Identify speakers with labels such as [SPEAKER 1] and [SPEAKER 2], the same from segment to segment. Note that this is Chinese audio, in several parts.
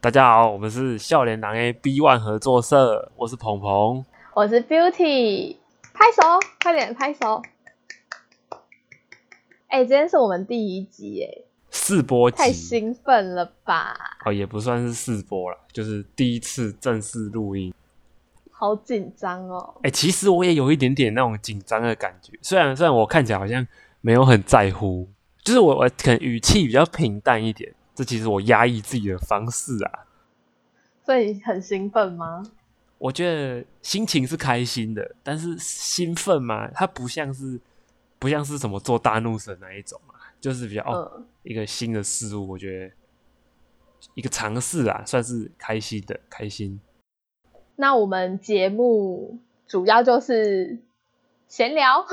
[SPEAKER 1] 大家好，我们是笑脸狼 A B One 合作社，我是鹏鹏。
[SPEAKER 2] 我是 Beauty，拍手，快点拍手！哎、今天是我们第一集，哎，
[SPEAKER 1] 试播
[SPEAKER 2] 太
[SPEAKER 1] 集
[SPEAKER 2] 兴奋了吧，
[SPEAKER 1] 哦，也不算是试播了，就是第一次正式录音。
[SPEAKER 2] 好紧张哦
[SPEAKER 1] 哎、。其实我也有一点点那种紧张的感觉，虽然虽然我看起来好像没有很在乎，就是我我可能语气比较平淡一点，这其实我压抑自己的方式啊。
[SPEAKER 2] 所以你很兴奋吗？
[SPEAKER 1] 我觉得心情是开心的，但是兴奋嘛，它不像是不像是什么做大怒神那一种嘛，就是比较哦、
[SPEAKER 2] 嗯，
[SPEAKER 1] 一个新的事物，我觉得一个尝试啊，算是开心的开心。
[SPEAKER 2] 那我们节目主要就是闲聊，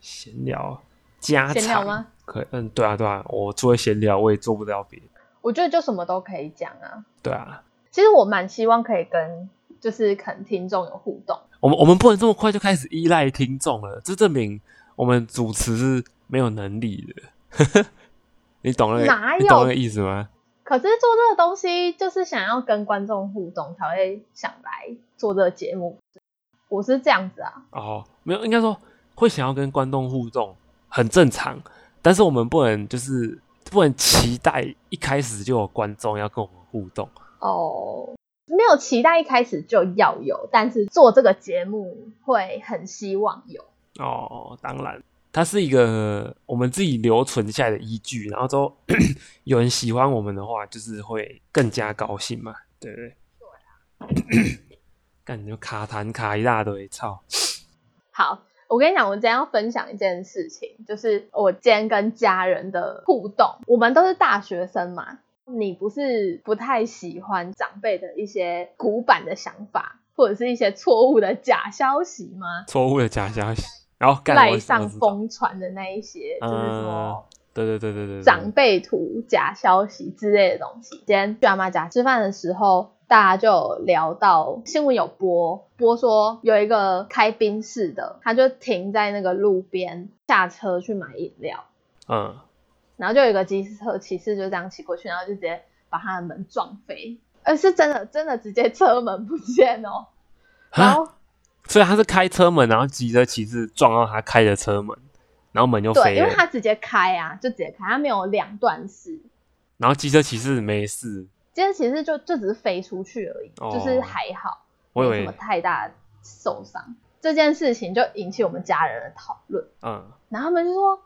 [SPEAKER 1] 闲聊家
[SPEAKER 2] 闲聊
[SPEAKER 1] 常
[SPEAKER 2] 吗？
[SPEAKER 1] 可以嗯，对啊对啊，我除了闲聊，我也做不到别的。
[SPEAKER 2] 我觉得就什么都可以讲啊。
[SPEAKER 1] 对啊，
[SPEAKER 2] 其实我蛮希望可以跟就是可能听众有互动，
[SPEAKER 1] 我们我们不能这么快就开始依赖听众了，这证明我们主持是没有能力的。 你懂那
[SPEAKER 2] 哪
[SPEAKER 1] 个
[SPEAKER 2] 有
[SPEAKER 1] 你懂那个意思吗？
[SPEAKER 2] 可是做这个东西，就是想要跟观众互动，才会想来做这个节目。我是这样子啊，
[SPEAKER 1] 哦，没有，应该说会想要跟观众互动很正常，但是我们不能就是不能期待一开始就有观众要跟我们互动。
[SPEAKER 2] 哦，没有期待一开始就要有，但是做这个节目会很希望有。
[SPEAKER 1] 哦，当然，它是一个我们自己留存下来的依据，然后之后 有人喜欢我们的话，就是会更加高兴嘛，对 不对？对啊。干你就卡痰卡一大堆，操！
[SPEAKER 2] 好，我跟你讲，我今天要分享一件事情，就是我今天跟家人的互动。我们都是大学生嘛，你不是不太喜欢长辈的一些古板的想法，或者是一些错误的假消息吗？
[SPEAKER 1] 错误的假消息，然后干我
[SPEAKER 2] 赖
[SPEAKER 1] 也是
[SPEAKER 2] 上，疯传的那一些，
[SPEAKER 1] 我
[SPEAKER 2] 就
[SPEAKER 1] 知道
[SPEAKER 2] 是什么
[SPEAKER 1] 嗯对对对对对，对
[SPEAKER 2] 长辈图、假消息之类的东西。今天去阿妈家吃饭的时候，大家就有聊到新闻有播播说有一个开宾士的，他就停在那个路边下车去买饮料，
[SPEAKER 1] 嗯，
[SPEAKER 2] 然后就有一个机车骑士就这样骑过去，然后就直接把他的门撞飞， 而是真的真的直接车门不见哦，然
[SPEAKER 1] 啊，
[SPEAKER 2] 后
[SPEAKER 1] 所以他是开车门，然后急着骑士撞到他开的车门，然后门就
[SPEAKER 2] 对，
[SPEAKER 1] 飞
[SPEAKER 2] 因为
[SPEAKER 1] 了，
[SPEAKER 2] 他直接开啊，就直接开，他没有两段式。
[SPEAKER 1] 然后机车骑士没事，
[SPEAKER 2] 今天其实就就只是飞出去而已，
[SPEAKER 1] 哦
[SPEAKER 2] 就是还好，
[SPEAKER 1] 我以
[SPEAKER 2] 没什
[SPEAKER 1] 为
[SPEAKER 2] 么太大受伤。这件事情就引起我们家人的讨论，
[SPEAKER 1] 嗯，
[SPEAKER 2] 然后他们就说：“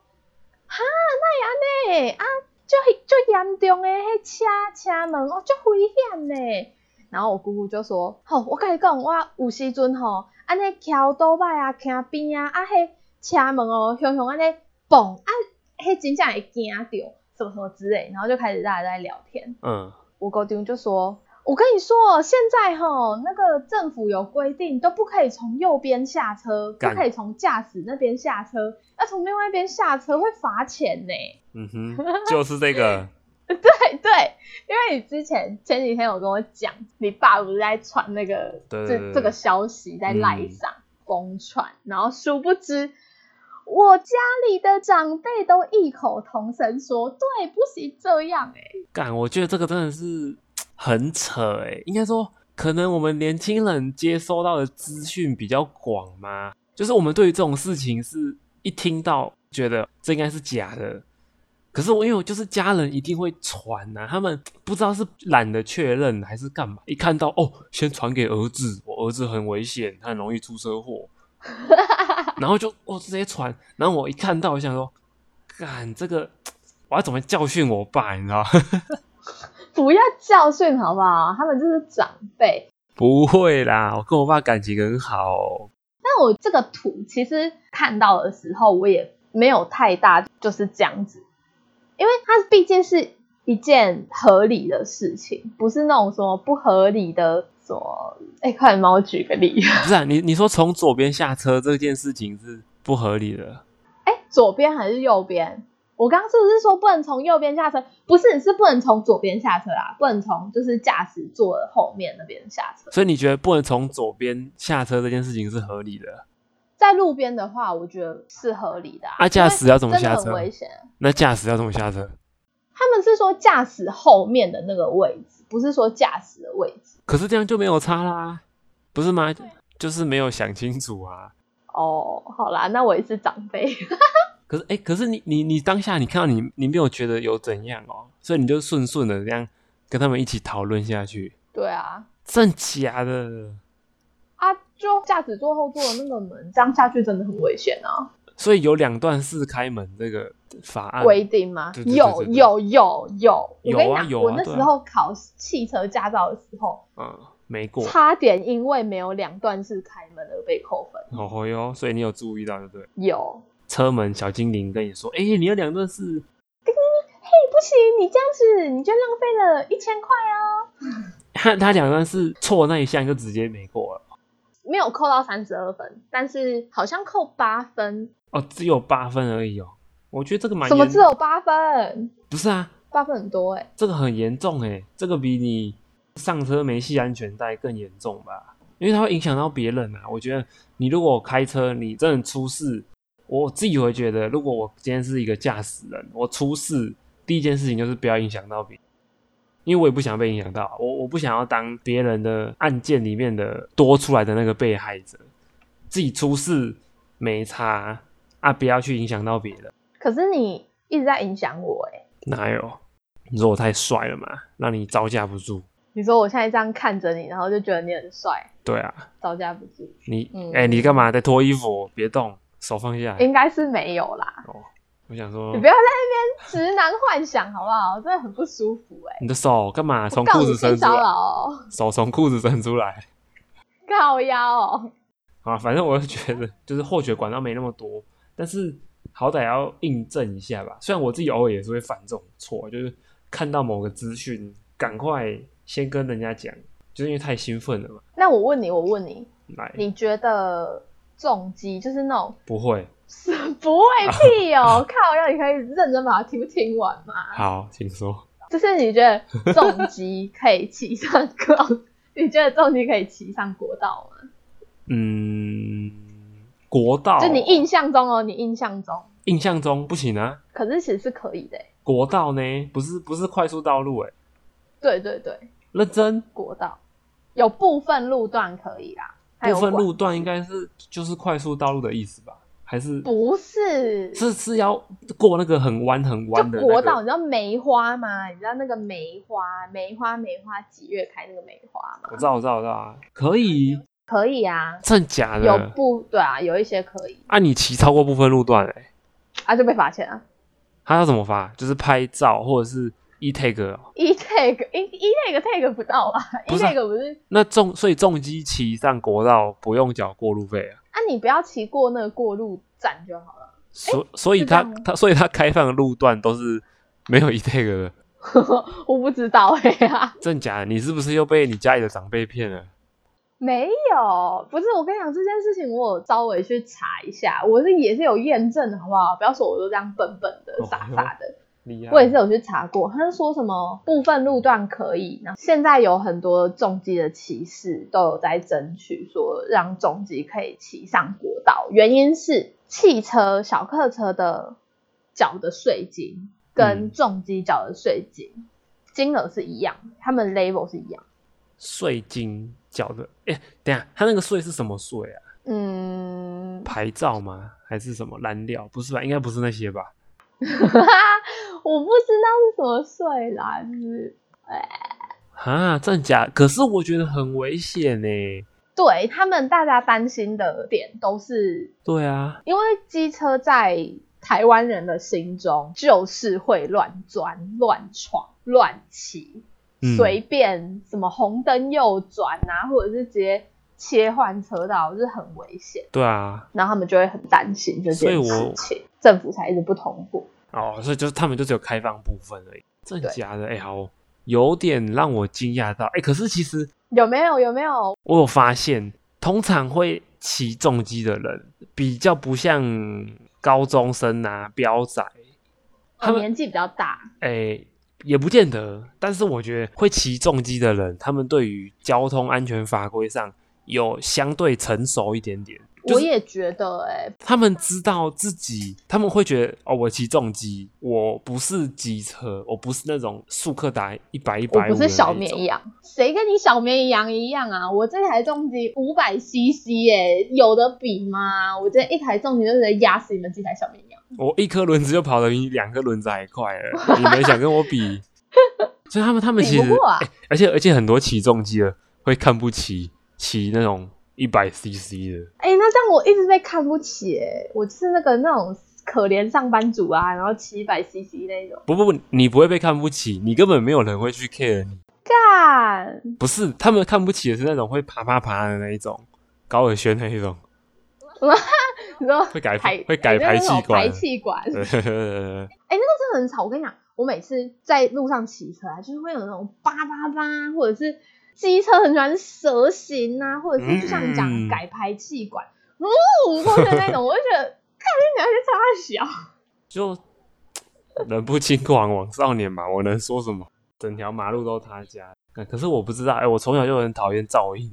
[SPEAKER 2] 哈，那样呢？啊，就就严重诶，迄车车门哦，就危险呢。”然后我姑姑就说：“吼、我跟你讲，我有时阵吼，安尼桥倒摆啊，行边啊，啊，迄车门哦，熊熊安尼蹦啊，迄真正会惊着，什么什么之类。”然后就开始大家在聊天。
[SPEAKER 1] 嗯，
[SPEAKER 2] 我狗丁就说：“我跟你说，现在哈那个政府有规定，都不可以从右边下车，不
[SPEAKER 1] 干
[SPEAKER 2] 可以从驾驶那边下车，要从另外一边下车会罚钱呢。
[SPEAKER 1] 嗯哼，就是这个，
[SPEAKER 2] 对对，因为你之前前几天有跟我讲，你爸不是在传那个
[SPEAKER 1] 对对对
[SPEAKER 2] 这这个消息在赖
[SPEAKER 1] 嗯
[SPEAKER 2] 上疯传，然后殊不知。”我家里的长辈都异口同声说：“对，不行这样哎、
[SPEAKER 1] 干，我觉得这个真的是很扯诶、应该说，可能我们年轻人接收到的资讯比较广嘛，就是我们对于这种事情是一听到觉得这应该是假的，可是我因为我就是家人一定会传呐、他们不知道是懒得确认还是干嘛，一看到哦，先传给儿子，我儿子很危险，他很容易出车祸，然后就我、哦、直接传，然后我一看到我想说，干这个我要怎么教训我爸，你知道吗？
[SPEAKER 2] 不要教训好不好？他们就是长辈，
[SPEAKER 1] 不会啦，我跟我爸感情很好、哦。
[SPEAKER 2] 但我这个图其实看到的时候，我也没有太大就是这样子，因为它毕竟是一件合理的事情，不是那种什么不合理的什么。哎，快点帮我举个例。
[SPEAKER 1] 不是啊，你你说从左边下车这件事情是不合理的，
[SPEAKER 2] 哎，左边还是右边？我刚刚是不是说不能从右边下车？啊不是，是不能从左边下车啦，不能从就是驾驶座的后面那边下车。
[SPEAKER 1] 所以你觉得不能从左边下车这件事情是合理的？
[SPEAKER 2] 在路边的话，我觉得是合理的啊。
[SPEAKER 1] 啊驾驶要怎么下车
[SPEAKER 2] 因为真的很危险啊。
[SPEAKER 1] 那驾驶要怎么下车？
[SPEAKER 2] 他们是说驾驶后面的那个位置，不是说驾驶的位置。
[SPEAKER 1] 可是这样就没有差啦，不是吗？就是没有想清楚啊。
[SPEAKER 2] 哦，好啦，那我也是长辈。
[SPEAKER 1] 可是哎、可是你你你当下你看到你你没有觉得有怎样哦，所以你就顺顺的这样跟他们一起讨论下去，
[SPEAKER 2] 对啊，
[SPEAKER 1] 真假的？
[SPEAKER 2] 啊，就驾驶座后座的那个门，这样下去真的很危险啊！
[SPEAKER 1] 所以有两段式开门这个法案，
[SPEAKER 2] 规定吗？
[SPEAKER 1] 啊对对对对对
[SPEAKER 2] 有有有有，
[SPEAKER 1] 有
[SPEAKER 2] 我跟你
[SPEAKER 1] 啊
[SPEAKER 2] 讲，
[SPEAKER 1] 有啊
[SPEAKER 2] 我那
[SPEAKER 1] 对啊
[SPEAKER 2] 时候考汽车驾照的时候，
[SPEAKER 1] 嗯，没过。
[SPEAKER 2] 差点因为没有两段式开门而被扣分。
[SPEAKER 1] 哦哟，所以你有注意到就对了。
[SPEAKER 2] 有，
[SPEAKER 1] 车门小精灵跟你说，哎、你有两段式，
[SPEAKER 2] 嘿，不行，你这样子你就浪费了一千块哦，
[SPEAKER 1] 他他两段式错那一项就直接没过了。
[SPEAKER 2] 没有扣到三十二分，但是好像扣八分，
[SPEAKER 1] 哦，只有八分而已哦。我觉得这个蛮
[SPEAKER 2] 什么啊
[SPEAKER 1] 严
[SPEAKER 2] 只有八分？
[SPEAKER 1] 不是啊，
[SPEAKER 2] 八分很多哎、
[SPEAKER 1] 这个很严重哎、这个比你上车没系安全带更严重吧？因为它会影响到别人啊。我觉得你如果开车，你真的出事，我自己会觉得，如果我今天是一个驾驶人，我出事第一件事情就是不要影响到别人，因为我也不想被影响到，我我不想要当别人的案件里面的多出来的那个被害者，自己出事没差啊，不要去影响到别人。
[SPEAKER 2] 可是你一直在影响我哎、
[SPEAKER 1] 哪有？你说我太帅了嘛，让你招架不住。
[SPEAKER 2] 你说我现在这样看着你，然后就觉得你很帅，
[SPEAKER 1] 对啊，
[SPEAKER 2] 招架不住，
[SPEAKER 1] 你哎、
[SPEAKER 2] 嗯
[SPEAKER 1] 你干嘛在脱衣服？别动，手放下来。
[SPEAKER 2] 应该是没有啦。
[SPEAKER 1] 我想说
[SPEAKER 2] 你，不要在那边直男幻想好不好？真的很不舒服哎、
[SPEAKER 1] 你的手干嘛从
[SPEAKER 2] 我告
[SPEAKER 1] 裤
[SPEAKER 2] 你
[SPEAKER 1] 子伸
[SPEAKER 2] 性
[SPEAKER 1] 出
[SPEAKER 2] 骚
[SPEAKER 1] 来？
[SPEAKER 2] 扰哦，
[SPEAKER 1] 手从裤子伸出来。
[SPEAKER 2] 靠腰哦。
[SPEAKER 1] 啊，反正我是觉得，就是获取管道没那么多，但是好歹要印证一下吧。虽然我自己偶尔也是会犯这种错，就是看到某个资讯，赶快先跟人家讲，就是因为太兴奋了嘛。
[SPEAKER 2] 那我问你，我问你，
[SPEAKER 1] 来，
[SPEAKER 2] 你觉得重击就是那种
[SPEAKER 1] 不会，
[SPEAKER 2] 是不会屁哦？ 靠腰，你可以认真把它听听完吗？
[SPEAKER 1] 好，请说。
[SPEAKER 2] 就是你觉得重击可以骑上国， 你觉得重击可以骑上国道吗？
[SPEAKER 1] 嗯，国道
[SPEAKER 2] 就你印象中哦，你印象中，
[SPEAKER 1] 印象中不行啊，
[SPEAKER 2] 可是其实是可以的欸。
[SPEAKER 1] 国道呢不是不是快速道路哎、
[SPEAKER 2] 对对对，
[SPEAKER 1] 认真
[SPEAKER 2] 国道有部分路段可以啦，还有
[SPEAKER 1] 部分
[SPEAKER 2] 管
[SPEAKER 1] 路段应该是就是快速道路的意思吧？还是
[SPEAKER 2] 不是
[SPEAKER 1] 是是要过那个很弯很弯的、
[SPEAKER 2] 就
[SPEAKER 1] 那个、
[SPEAKER 2] 国道，你知道梅花吗？你知道那个梅花，梅花，梅花几月开那个梅花吗
[SPEAKER 1] 我？知道我知道我知道啊，可以
[SPEAKER 2] 可以啊，
[SPEAKER 1] 真假
[SPEAKER 2] 有
[SPEAKER 1] 的？
[SPEAKER 2] 部对啊，有一些可以
[SPEAKER 1] 啊，你骑超过部分路段哎、
[SPEAKER 2] 啊，就被罚钱啊。
[SPEAKER 1] 他要怎么罚？就是拍照或者是 e tag 哦。
[SPEAKER 2] 一 tag 一一 tag tag 不到吧？一
[SPEAKER 1] 不是啊
[SPEAKER 2] tag 不是
[SPEAKER 1] 那重所以重机骑上国道不用缴过路费啊，
[SPEAKER 2] 啊，你不要骑过那个过路站就好了。
[SPEAKER 1] 所所以
[SPEAKER 2] 是这
[SPEAKER 1] 他
[SPEAKER 2] 样吗
[SPEAKER 1] 他所以他开放的路段都是没有 e tag 的。
[SPEAKER 2] 我不知道哎、呀、
[SPEAKER 1] 真假的？你是不是又被你家里的长辈骗了？
[SPEAKER 2] 没有，不是我跟你讲这件事情，我有稍微去查一下，我是也是有验证的，好不好？不要说我都这样笨笨的、
[SPEAKER 1] 哦
[SPEAKER 2] 傻傻的，
[SPEAKER 1] 厉害！
[SPEAKER 2] 我也是有去查过，他是说什么部分路段可以，然后现在有很多重机的骑士都有在争取说让重机可以骑上国道，原因是汽车小客车的缴的税金跟
[SPEAKER 1] 嗯
[SPEAKER 2] 重机缴的税金、金额是一样，他们 level 是一样。
[SPEAKER 1] 税金缴的，哎、等一下，他那个税是什么税啊？
[SPEAKER 2] 嗯，
[SPEAKER 1] 牌照吗？还是什么燃料？不是吧？应该不是那些吧？
[SPEAKER 2] 我不知道是什么税啦，就是
[SPEAKER 1] 啊，真假？可是我觉得很危险呢、
[SPEAKER 2] 对他们大家担心的点都是
[SPEAKER 1] 对啊，
[SPEAKER 2] 因为机车在台湾人的心中就是会乱钻、乱闯、乱骑，
[SPEAKER 1] 嗯
[SPEAKER 2] 随、便什么红灯右转啊，或者是直接切换车道，就是很危险。
[SPEAKER 1] 对啊，
[SPEAKER 2] 然后他们就会很担心这
[SPEAKER 1] 所以
[SPEAKER 2] 件
[SPEAKER 1] 我
[SPEAKER 2] 事情，政府才一直不同步。
[SPEAKER 1] 哦，所以就是他们就只有开放部分而已。真假的？哎、好，有点让我惊讶到。哎、可是其实
[SPEAKER 2] 有没有？有没有？
[SPEAKER 1] 我有发现，通常会骑重机的人比较不像高中生啊、彪仔，他们
[SPEAKER 2] 年纪比较大，
[SPEAKER 1] 诶、也不见得。但是我觉得会骑重机的人，他们对于交通安全法规上有相对成熟一点点。就是
[SPEAKER 2] 我也觉得哎、
[SPEAKER 1] 他们知道自己，他们会觉得哦，我骑重机，我不是机车，我不是那种速克达一百一
[SPEAKER 2] 我
[SPEAKER 1] 百五，
[SPEAKER 2] 不是小绵，羊，谁跟你小绵羊一样啊？我这台重机五百 CC 耶，有的比吗？我这一台重机就直接压死你们这台小绵羊。
[SPEAKER 1] 我一颗轮子就跑得比你两颗轮子还快了，你们想跟我 比？所以他们他们其
[SPEAKER 2] 比
[SPEAKER 1] 实，
[SPEAKER 2] 不过啊
[SPEAKER 1] 哎而且而且很多骑重机的会看不起骑那种一百 CC 的，
[SPEAKER 2] 哎、那这样我一直被看不起哎，我就是那个那种可怜上班族啊，然后七百 CC 那种。
[SPEAKER 1] 不不不，你不会被看不起，你根本没有人会去 care 你。
[SPEAKER 2] 干，
[SPEAKER 1] 不是，他们看不起的是那种会爬爬爬的那一种，高尔宣那一种，
[SPEAKER 2] 你说
[SPEAKER 1] 会改
[SPEAKER 2] 排
[SPEAKER 1] 会改
[SPEAKER 2] 哎那
[SPEAKER 1] 排
[SPEAKER 2] 是什么
[SPEAKER 1] 气管嗯
[SPEAKER 2] 排气管。
[SPEAKER 1] 呃
[SPEAKER 2] 哎、那个真的很吵。我跟你讲，我每次在路上骑车啊，就是会有那种叭叭叭，或者是机车很喜欢蛇形啊，或者是就像你
[SPEAKER 1] 嗯
[SPEAKER 2] 讲改排气管，呜、过去的那种，我就觉得，看你要去插小。
[SPEAKER 1] 就人不轻狂枉少年嘛，我能说什么？整条马路都他家，呃可是我不知道，哎、我从小就很讨厌噪音，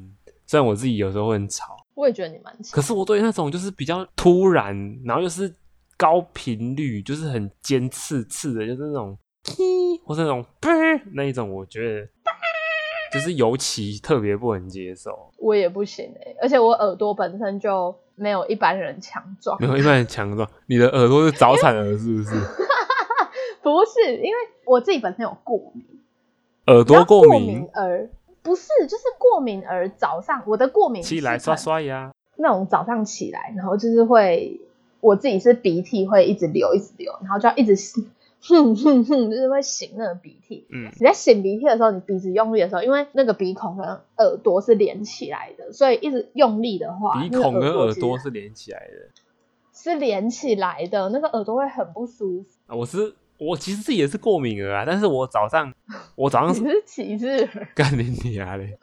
[SPEAKER 1] 虽然我自己有时候会很吵，
[SPEAKER 2] 我也觉得你蛮吵。
[SPEAKER 1] 可是我对那种就是比较突然，然后又是高频率，就是很尖刺刺的，就是那种或是那种啵那一种，我觉得就是尤其特别不能接受。
[SPEAKER 2] 我也不行哎、而且我耳朵本身就没有一般人强壮
[SPEAKER 1] 没，有一般人强壮，你的耳朵是早产儿是不是？
[SPEAKER 2] 不是因为我自己本身有过敏，
[SPEAKER 1] 耳
[SPEAKER 2] 然
[SPEAKER 1] 朵
[SPEAKER 2] 后
[SPEAKER 1] 过
[SPEAKER 2] 过
[SPEAKER 1] 敏，
[SPEAKER 2] 而不是就是过敏而早上我的过敏
[SPEAKER 1] 起来
[SPEAKER 2] 是
[SPEAKER 1] 刷
[SPEAKER 2] 很
[SPEAKER 1] 刷牙。
[SPEAKER 2] 那种早上起来，然后就是会我自己是鼻涕会一直流，一直流，然后就要一直 擤哼哼哼，就是会擤那个鼻涕。
[SPEAKER 1] 嗯
[SPEAKER 2] 你在擤鼻涕的时候，你鼻子用力的时候，因为那个鼻孔跟耳朵是连起来的，所以一直用力的话，
[SPEAKER 1] 鼻
[SPEAKER 2] 那个
[SPEAKER 1] 孔跟耳
[SPEAKER 2] 其实
[SPEAKER 1] 朵是连起来的
[SPEAKER 2] 是连起来的，那个耳朵会很不舒服。
[SPEAKER 1] 啊！我是我其实自己也是过敏儿啊，但是我早上我早上
[SPEAKER 2] 你
[SPEAKER 1] 是
[SPEAKER 2] 是歧视人？
[SPEAKER 1] 干你娘嘞！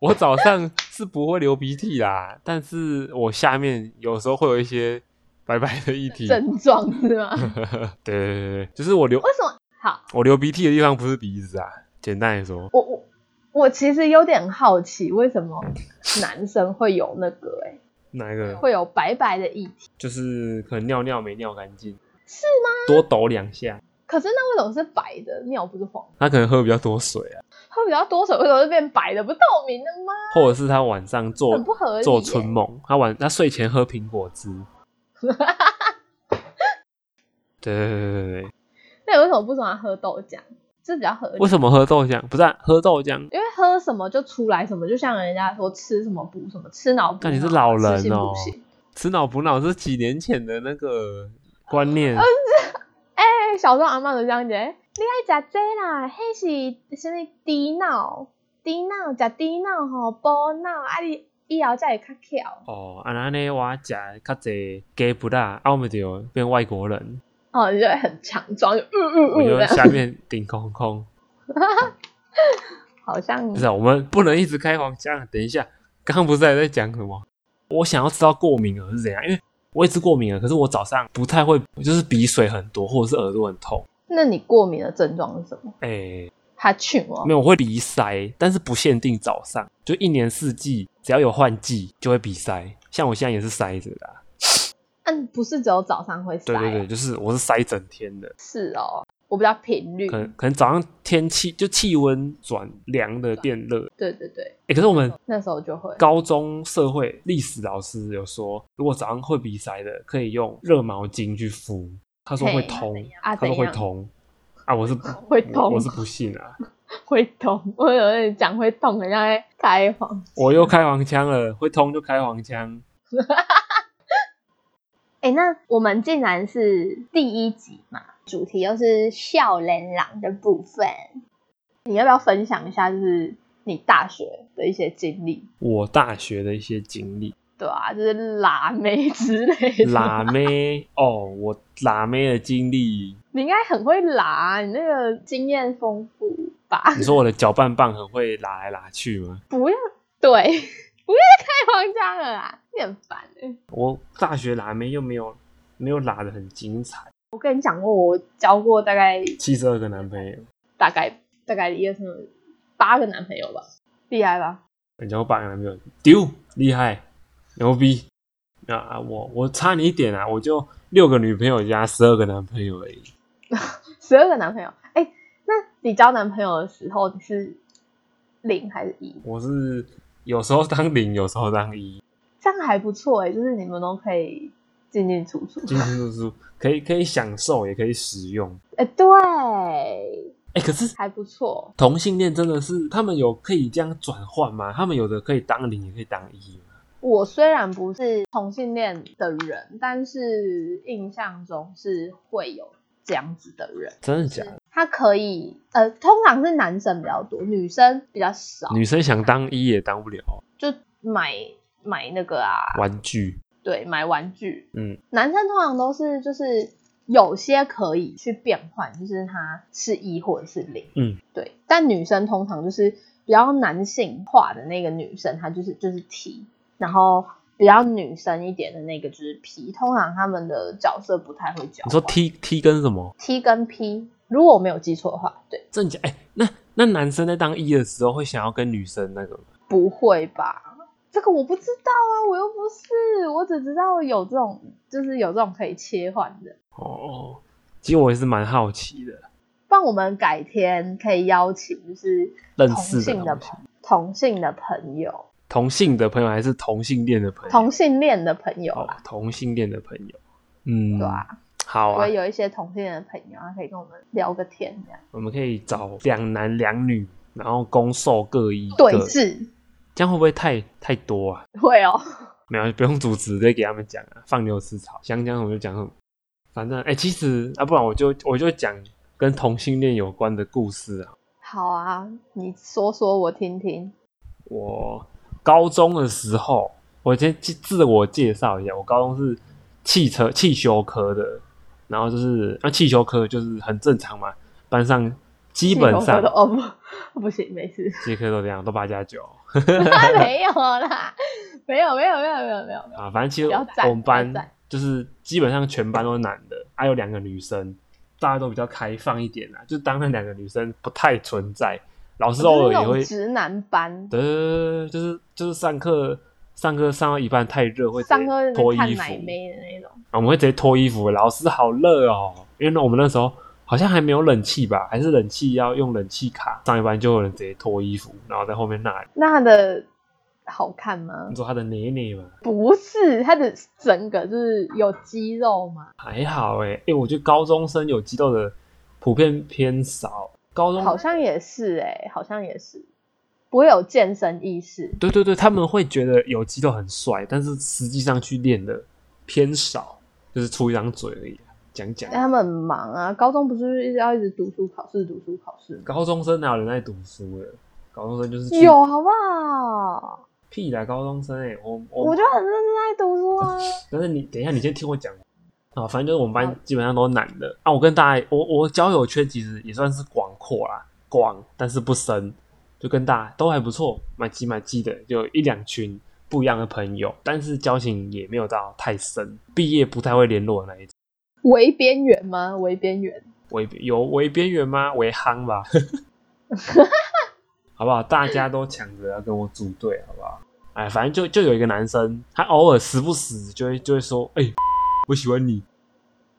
[SPEAKER 1] 我早上是不会流鼻涕啦，但是我下面有时候会有一些白白的液体。
[SPEAKER 2] 症状 是吗？
[SPEAKER 1] 对对对对，就是我流
[SPEAKER 2] 为什么？好，
[SPEAKER 1] 我流鼻涕的地方不是鼻子啊，简单来说，
[SPEAKER 2] 我我我其实有点好奇，为什么男生会有那个、欸？
[SPEAKER 1] 哪一个
[SPEAKER 2] 会有白白的液体。
[SPEAKER 1] 就是可能尿尿没尿干净，
[SPEAKER 2] 是
[SPEAKER 1] 吗？多抖两下，
[SPEAKER 2] 可是那为什么是白的？尿不是黄的？
[SPEAKER 1] 他可能喝比较多水啊，
[SPEAKER 2] 它比较多水，为什么是变白的？不是透明的吗？
[SPEAKER 1] 或者是他晚上做
[SPEAKER 2] 很不合理耶、
[SPEAKER 1] 做春梦，他晚他睡前喝苹果 汁。对对对对对，
[SPEAKER 2] 那你为什么不喜欢喝豆浆？这比较合理。
[SPEAKER 1] 为什么喝豆浆？不是啊、喝豆浆，
[SPEAKER 2] 因为喝什么就出来什么，就像人家说吃什么补什么，吃脑补脑。
[SPEAKER 1] 但你是老人哦
[SPEAKER 2] 吃性补性
[SPEAKER 1] 吃脑补脑是几年前的那个观念，
[SPEAKER 2] 哎、小时候阿妈都这样讲，哎你爱食这啦，迄是什么猪脑？猪脑食猪脑吼，补脑啊你以后才会较巧。
[SPEAKER 1] 哦，啊那呢，我食较济鸡不辣，啊我们就变外国人，
[SPEAKER 2] 哦，你就会很强壮，就嗯嗯
[SPEAKER 1] 我
[SPEAKER 2] 嗯这
[SPEAKER 1] 就
[SPEAKER 2] 样，
[SPEAKER 1] 下面顶空空。
[SPEAKER 2] 好像
[SPEAKER 1] 不是啊、我们不能一直开黄腔。啊等一下，刚刚不是还在讲什么？我想要知道过敏儿是怎样，因为我一直过敏儿，可是我早上不太会，就是鼻水很多，或者是耳朵很痛。
[SPEAKER 2] 那你过敏的症状是什么？
[SPEAKER 1] 哎、
[SPEAKER 2] 哈欠哦
[SPEAKER 1] 没，有，我会鼻塞，但是不限定早上，就一年四季，只要有换季就会鼻塞。像我现在也是塞着的啊、
[SPEAKER 2] 嗯，不是只有早上会塞、
[SPEAKER 1] 对
[SPEAKER 2] 啊，
[SPEAKER 1] 对对，就是我是塞整天的，
[SPEAKER 2] 是哦，我比较频率
[SPEAKER 1] 可，能可能早上天气就气温转凉的变热。
[SPEAKER 2] 对对对，
[SPEAKER 1] 哎、可是我们
[SPEAKER 2] 那时候就会，
[SPEAKER 1] 高中社会历史老师有说，如果早上会鼻塞的，可以用热毛巾去敷，他说会
[SPEAKER 2] 嘿
[SPEAKER 1] 通，
[SPEAKER 2] 啊
[SPEAKER 1] 他
[SPEAKER 2] 怎
[SPEAKER 1] 说会
[SPEAKER 2] 样
[SPEAKER 1] 通，啊，我是
[SPEAKER 2] 会
[SPEAKER 1] 我
[SPEAKER 2] 痛
[SPEAKER 1] 我是不信啊，
[SPEAKER 2] 会痛，我有人讲会痛，人家在开黄。
[SPEAKER 1] 我又开黄腔了，会通就开黄腔，
[SPEAKER 2] 哎、那我们竟然是第一集嘛，主题又是笑脸狼的部分，你要不要分享一下，就是你大学的一些经历？
[SPEAKER 1] 我大学的一些经 历，
[SPEAKER 2] 对啊，就是辣妹之类的，
[SPEAKER 1] 辣妹哦，我辣妹的经历，
[SPEAKER 2] 你应该很会辣啊，你那个经验丰富吧？
[SPEAKER 1] 你说我的搅拌棒很会拉来拉去吗？
[SPEAKER 2] 不要，对， 不要再开黄腔了啦，你很烦哎、
[SPEAKER 1] 我大学辣妹又没有没有拉的很精彩，
[SPEAKER 2] 我跟你讲过，我交过大概
[SPEAKER 1] 七十二个男朋友，
[SPEAKER 2] 大概大概一二三四八个男朋友吧，厉害吧？
[SPEAKER 1] 人家我八个男朋友，丢厉害，牛逼。啊啊，我我差你一点啊，我就六个女朋友加十二个男朋友而已。
[SPEAKER 2] 十二个男朋友，哎、那你交男朋友的时候你是零还是一？
[SPEAKER 1] 我是有时候当零，有时候当一，
[SPEAKER 2] 这样还不错哎、就是你们都可以进进出出。
[SPEAKER 1] 进进出出，可以可以享受，也可以使用。
[SPEAKER 2] 哎、对，
[SPEAKER 1] 哎、可是
[SPEAKER 2] 还不错。
[SPEAKER 1] 同性恋真的是他们有可以这样转换吗？他们有的可以当零，也可以当一吗？
[SPEAKER 2] 我虽然不是同性恋的人，但是印象中是会有这样子的人。
[SPEAKER 1] 真的假的？
[SPEAKER 2] 他可以，呃，通常是男生比较多，女生比较少，
[SPEAKER 1] 女生想当一也当不了，
[SPEAKER 2] 就买买那个啊，
[SPEAKER 1] 玩具。
[SPEAKER 2] 对，买玩具。
[SPEAKER 1] 嗯，
[SPEAKER 2] 男生通常都是就是有些可以去变换，就是他是一或者是零。
[SPEAKER 1] 嗯，
[SPEAKER 2] 对。但女生通常就是比较男性化的那个女生，她就是就是 T，然后比较女生一点的那个就是 P。通常他们的角色不太会交换。
[SPEAKER 1] 你说 T T 跟什么？
[SPEAKER 2] T 跟 P，如果我没有记错的话，对，
[SPEAKER 1] 真假？哎、那那男生在当一的时候会想要跟女生那个吗？
[SPEAKER 2] 不会吧？这个我不知道啊，我又不是，我只知道有这种，就是有这种可以切换的。
[SPEAKER 1] 哦，其实我也是蛮好奇的，
[SPEAKER 2] 不然我们改天可以邀请就是
[SPEAKER 1] 认
[SPEAKER 2] 同
[SPEAKER 1] 识
[SPEAKER 2] 性的
[SPEAKER 1] 东西
[SPEAKER 2] 朋同性的朋友，
[SPEAKER 1] 同性的朋友还是同性恋的朋友？
[SPEAKER 2] 同性恋的朋友
[SPEAKER 1] 哦
[SPEAKER 2] 啦，，
[SPEAKER 1] 同性恋的朋友，嗯，
[SPEAKER 2] 对，啊，
[SPEAKER 1] 好
[SPEAKER 2] 我
[SPEAKER 1] 啊，
[SPEAKER 2] 也有一些同性恋的朋友，他啊可以跟我们聊个天，这样
[SPEAKER 1] 我们可以找两男两女，然后攻受各一个，
[SPEAKER 2] 对峙
[SPEAKER 1] 这样会不会太太多啊？
[SPEAKER 2] 会哦。
[SPEAKER 1] 没有，不用主持，直接给他们讲啊，放牛吃草，想讲什么就讲什么。反正哎、其实啊，不然我就我就讲跟同性恋有关的故事啊。
[SPEAKER 2] 好啊，你说说我听听。
[SPEAKER 1] 我高中的时候，我先自自我介绍一下，我高中是汽车汽修科的，然后就是那、汽修科就是很正常嘛，班上基本
[SPEAKER 2] 气口
[SPEAKER 1] 上
[SPEAKER 2] 喝的哦不， 不行，没事，
[SPEAKER 1] 这些科都这样，都八加九
[SPEAKER 2] 没有啦，没有，没有，没有，没有，没有。
[SPEAKER 1] 啊，反正其实
[SPEAKER 2] 不要赞
[SPEAKER 1] 我们班
[SPEAKER 2] 不要赞
[SPEAKER 1] 就是基本上全班都是男的，还、有两个女生，大家都比较开放一点啦，就当那两个女生不太存在，老师偶
[SPEAKER 2] 就是
[SPEAKER 1] 尔
[SPEAKER 2] 那
[SPEAKER 1] 也
[SPEAKER 2] 种
[SPEAKER 1] 会
[SPEAKER 2] 直男班，
[SPEAKER 1] 对对对对，就是就是上课上课上到一半太热会直接
[SPEAKER 2] 上课
[SPEAKER 1] 脱
[SPEAKER 2] 看
[SPEAKER 1] 衣
[SPEAKER 2] 奶
[SPEAKER 1] 服。
[SPEAKER 2] 妹的那种。
[SPEAKER 1] 啊我们会直接脱衣服，老师好热哦，因为呢我们那时候好像还没有冷气吧，还是冷气要用冷气卡，上一班就有人直接脱衣服，然后在后面那里，
[SPEAKER 2] 那他的好看吗
[SPEAKER 1] 你？说他的奶奶嘛，
[SPEAKER 2] 不是，他的整个就是有肌肉嘛，
[SPEAKER 1] 还好哎、欸，哎、我觉得高中生有肌肉的普遍偏少，高中
[SPEAKER 2] 好像也是哎、好像也是，不会有健身意识。
[SPEAKER 1] 对对对，他们会觉得有肌肉很帅，但是实际上去练的偏少，就是出一张嘴而已，讲讲。
[SPEAKER 2] 但他们很忙啊，高中不是一直要一直读书考试、读书考试吗？
[SPEAKER 1] 高中生哪有人在读书的？高中生就是去
[SPEAKER 2] 有好不好？
[SPEAKER 1] 屁啦！高中生哎、欸，我我
[SPEAKER 2] 我就很认真在读书啊。
[SPEAKER 1] 但是你等一下，你先听我讲啊。反正就是我们班基本上都是男的啊。我跟大家，我我交友圈其实也算是广阔啦，广但是不深，就跟大家都还不错，蛮挤蛮挤的，就一两群不一样的朋友，但是交情也没有到太深，毕业不太会联络的那一种。
[SPEAKER 2] 围边缘吗？围边缘，
[SPEAKER 1] 为有为边缘吗？为夯吧，好不好？大家都抢着要跟我组队，好不好？哎，反正就就有一个男生，他偶尔时不时就会就会说：“哎、我喜欢你。”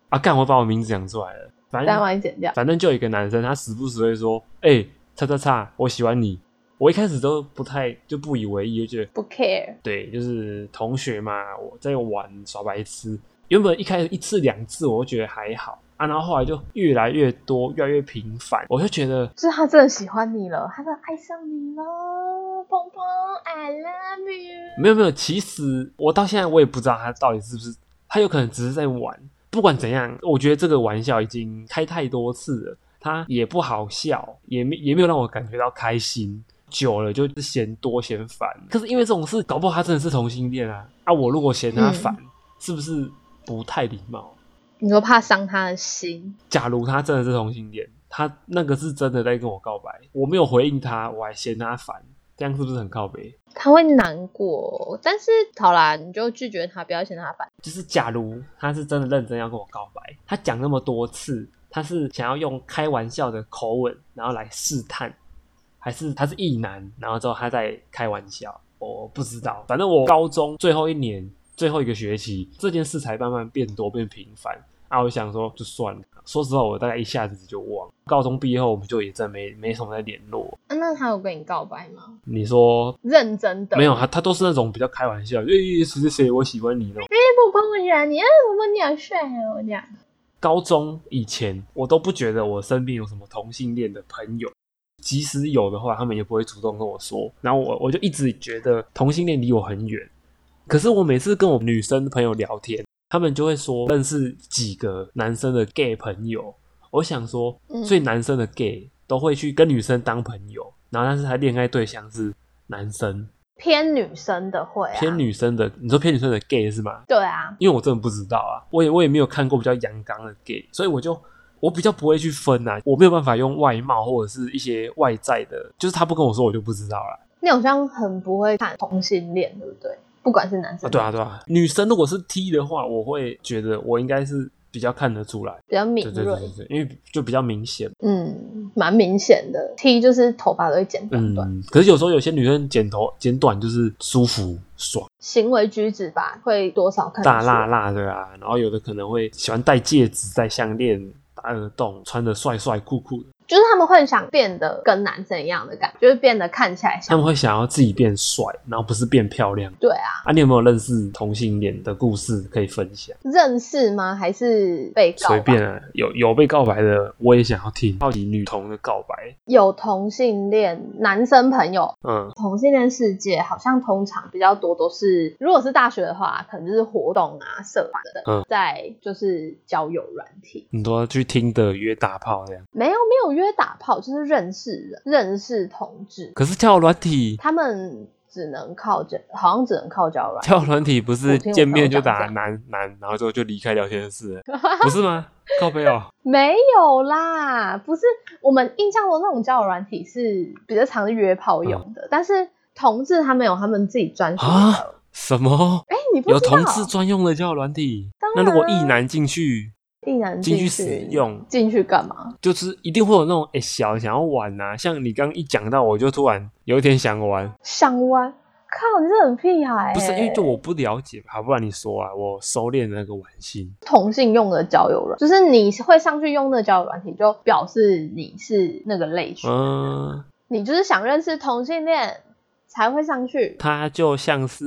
[SPEAKER 1] 啊，干！我把我名字讲出来了。反
[SPEAKER 2] 再
[SPEAKER 1] 正
[SPEAKER 2] 帮你剪掉。
[SPEAKER 1] 反正就有一个男生，他时不时会说：“哎、叉叉叉，我喜欢你。”我一开始都不太就不以为意，就觉得
[SPEAKER 2] 不 care，
[SPEAKER 1] 对，就是同学嘛，我在玩耍白痴。原本一开始一次两次，我就觉得还好啊，然后后来就越来越多，越来越频繁，我就觉得
[SPEAKER 2] 就是他真的喜欢你了，他真的爱上你了，鹏鹏，I love you。
[SPEAKER 1] 没有没有。其实我到现在我也不知道他到底是不是，他有可能只是在玩。不管怎样，我觉得这个玩笑已经开太多次了，他也不好笑，也没也没有让我感觉到开心。久了就是嫌多嫌烦，可是因为这种事，搞不好他真的是同性恋啊！啊，我如果嫌他烦，是不是不太礼貌？
[SPEAKER 2] 你说怕伤他的心，
[SPEAKER 1] 假如他真的是同性恋，他那个是真的在跟我告白，我没有回应他，我还嫌他烦，这样是不是很靠北？
[SPEAKER 2] 他会难过。哦但是好啦，你就拒绝他，不要嫌他烦。
[SPEAKER 1] 就是假如他是真的认真要跟我告白，他讲那么多次，他是想要用开玩笑的口吻，然后来试探，还是他是异男，然后之后他在开玩笑？我不知道，反正我高中最后一年最后一个学期这件事才慢慢变多变频繁。啊，我想说就算了。说实话，我大概一下子就忘了。高中毕业后，我们就也再没没什么再联络。
[SPEAKER 2] 啊那他有跟你告白吗？
[SPEAKER 1] 你说
[SPEAKER 2] 认真的
[SPEAKER 1] 没有？他他都是那种比较开玩笑，诶、谁谁谁，我喜欢你那种。
[SPEAKER 2] 哎，宝宝我惹你，哎，宝宝你好帅哦，这样。
[SPEAKER 1] 高中以前，我都不觉得我身边有什么同性恋的朋友，即使有的话，他们也不会主动跟我说。然后我我就一直觉得同性恋离我很远。可是我每次跟我女生朋友聊天，他们就会说认识几个男生的 gay 朋友。我想说，
[SPEAKER 2] 嗯
[SPEAKER 1] 所以男生的 gay 都会去跟女生当朋友，然后但是他恋爱对象是男生，
[SPEAKER 2] 偏女生的会啊，
[SPEAKER 1] 偏女生的，你说偏女生的 gay 是吗？
[SPEAKER 2] 对啊，
[SPEAKER 1] 因为我真的不知道啊，我也我也没有看过比较阳刚的 gay，所以我就我比较不会去分啊，我没有办法用外貌或者是一些外在的，就是他不跟我说我就不知道啦。
[SPEAKER 2] 你好像很不会看同性恋，对不对？不管是男
[SPEAKER 1] 啊，
[SPEAKER 2] 生，
[SPEAKER 1] 对啊，对啊，女生如果是 T 的话，我会觉得我应该是比较看得出来，
[SPEAKER 2] 比较敏
[SPEAKER 1] 对对对
[SPEAKER 2] 锐，
[SPEAKER 1] 对对，因为就比较明显。
[SPEAKER 2] 嗯，蛮明显的。T 就是头发都会剪短短，
[SPEAKER 1] 嗯，可是有时候有些女生剪头剪短就是舒服爽，
[SPEAKER 2] 行为举止吧，会多少看得
[SPEAKER 1] 大
[SPEAKER 2] 出
[SPEAKER 1] 辣辣的啊，然后有的可能会喜欢戴戒指、戴项链、打耳洞，穿的帅帅酷酷的，
[SPEAKER 2] 就是他们会想变得跟男生一样的感觉，就是变得看起来
[SPEAKER 1] 他
[SPEAKER 2] 像。
[SPEAKER 1] 们会想要自己变帅，然后不是变漂亮。
[SPEAKER 2] 对啊，
[SPEAKER 1] 啊，你有没有认识同性恋的故事可以分享？
[SPEAKER 2] 认识吗？还是被告白？
[SPEAKER 1] 随便啊，有有被告白的，我也想要听。好奇女童的告白，
[SPEAKER 2] 有同性恋男生朋友，
[SPEAKER 1] 嗯，
[SPEAKER 2] 同性恋世界好像通常比较多都是，如果是大学的话，可能就是活动啊、社团的，
[SPEAKER 1] 嗯
[SPEAKER 2] 再就是交友软体，
[SPEAKER 1] 你都要去听的约打炮这样。
[SPEAKER 2] 没有没有约打炮，就是认识人，认识同志，
[SPEAKER 1] 可是跳软体，
[SPEAKER 2] 他们只能靠这，好像只能靠交友软体。
[SPEAKER 1] 跳软体不是
[SPEAKER 2] 我听我
[SPEAKER 1] 见面
[SPEAKER 2] 朋友
[SPEAKER 1] 就
[SPEAKER 2] 讲
[SPEAKER 1] 打
[SPEAKER 2] 这样
[SPEAKER 1] 男 男，然后之后就离开聊天 室了，不是吗？靠背哦，
[SPEAKER 2] 没有啦，不是我们印象中那种交友软体是比较常是约炮用的，但是同志他们有他们自己专属的交
[SPEAKER 1] 嗯
[SPEAKER 2] 友
[SPEAKER 1] 啊
[SPEAKER 2] 软体。
[SPEAKER 1] 什么？
[SPEAKER 2] 哎、你不知
[SPEAKER 1] 有
[SPEAKER 2] 道
[SPEAKER 1] 同志专用的交友软体？那
[SPEAKER 2] 然啊
[SPEAKER 1] 如果异男进去，
[SPEAKER 2] 一男
[SPEAKER 1] 进
[SPEAKER 2] 去
[SPEAKER 1] 去使用
[SPEAKER 2] 进去干嘛？
[SPEAKER 1] 就是一定会有那种哎、诶小想要玩呐、啊，像你刚一讲到，我就突然有一点想玩，
[SPEAKER 2] 想玩？靠，你这很屁孩、欸！
[SPEAKER 1] 不是因为
[SPEAKER 3] 哦
[SPEAKER 1] 就我不了解吧，好，不然你说啊，我收敛那个玩心，
[SPEAKER 2] 同性用的交友软，就是你会上去用的交友软体，就表示你是那个类群，
[SPEAKER 1] 嗯，
[SPEAKER 2] 你就是想认识同性恋才会上去。
[SPEAKER 1] 它就像是，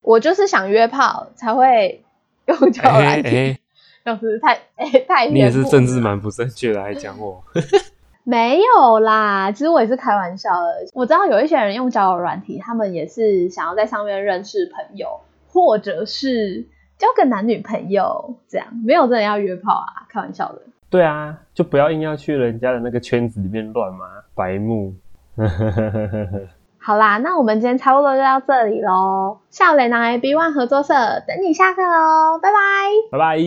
[SPEAKER 2] 我就是想约炮才会用交友
[SPEAKER 1] 哎
[SPEAKER 2] 软
[SPEAKER 1] 哎、
[SPEAKER 2] 体。 要是太哎、太
[SPEAKER 1] 你也是
[SPEAKER 2] 远了
[SPEAKER 1] 政治蛮不正确的，还讲我，
[SPEAKER 2] 没有啦，其实我也是开玩笑的。我知道有一些人用交友软体，他们也是想要在上面认识朋友，或者是交个男女朋友，这样没有真的要约炮啊，开玩笑的。
[SPEAKER 3] 对啊，就不要硬要去人家的那个圈子里面乱嘛，白目。
[SPEAKER 2] 好啦，那我们今天差不多就到这里喽。笑脸男 A B One 哦合作社等你下课喽，拜拜。
[SPEAKER 3] 拜拜。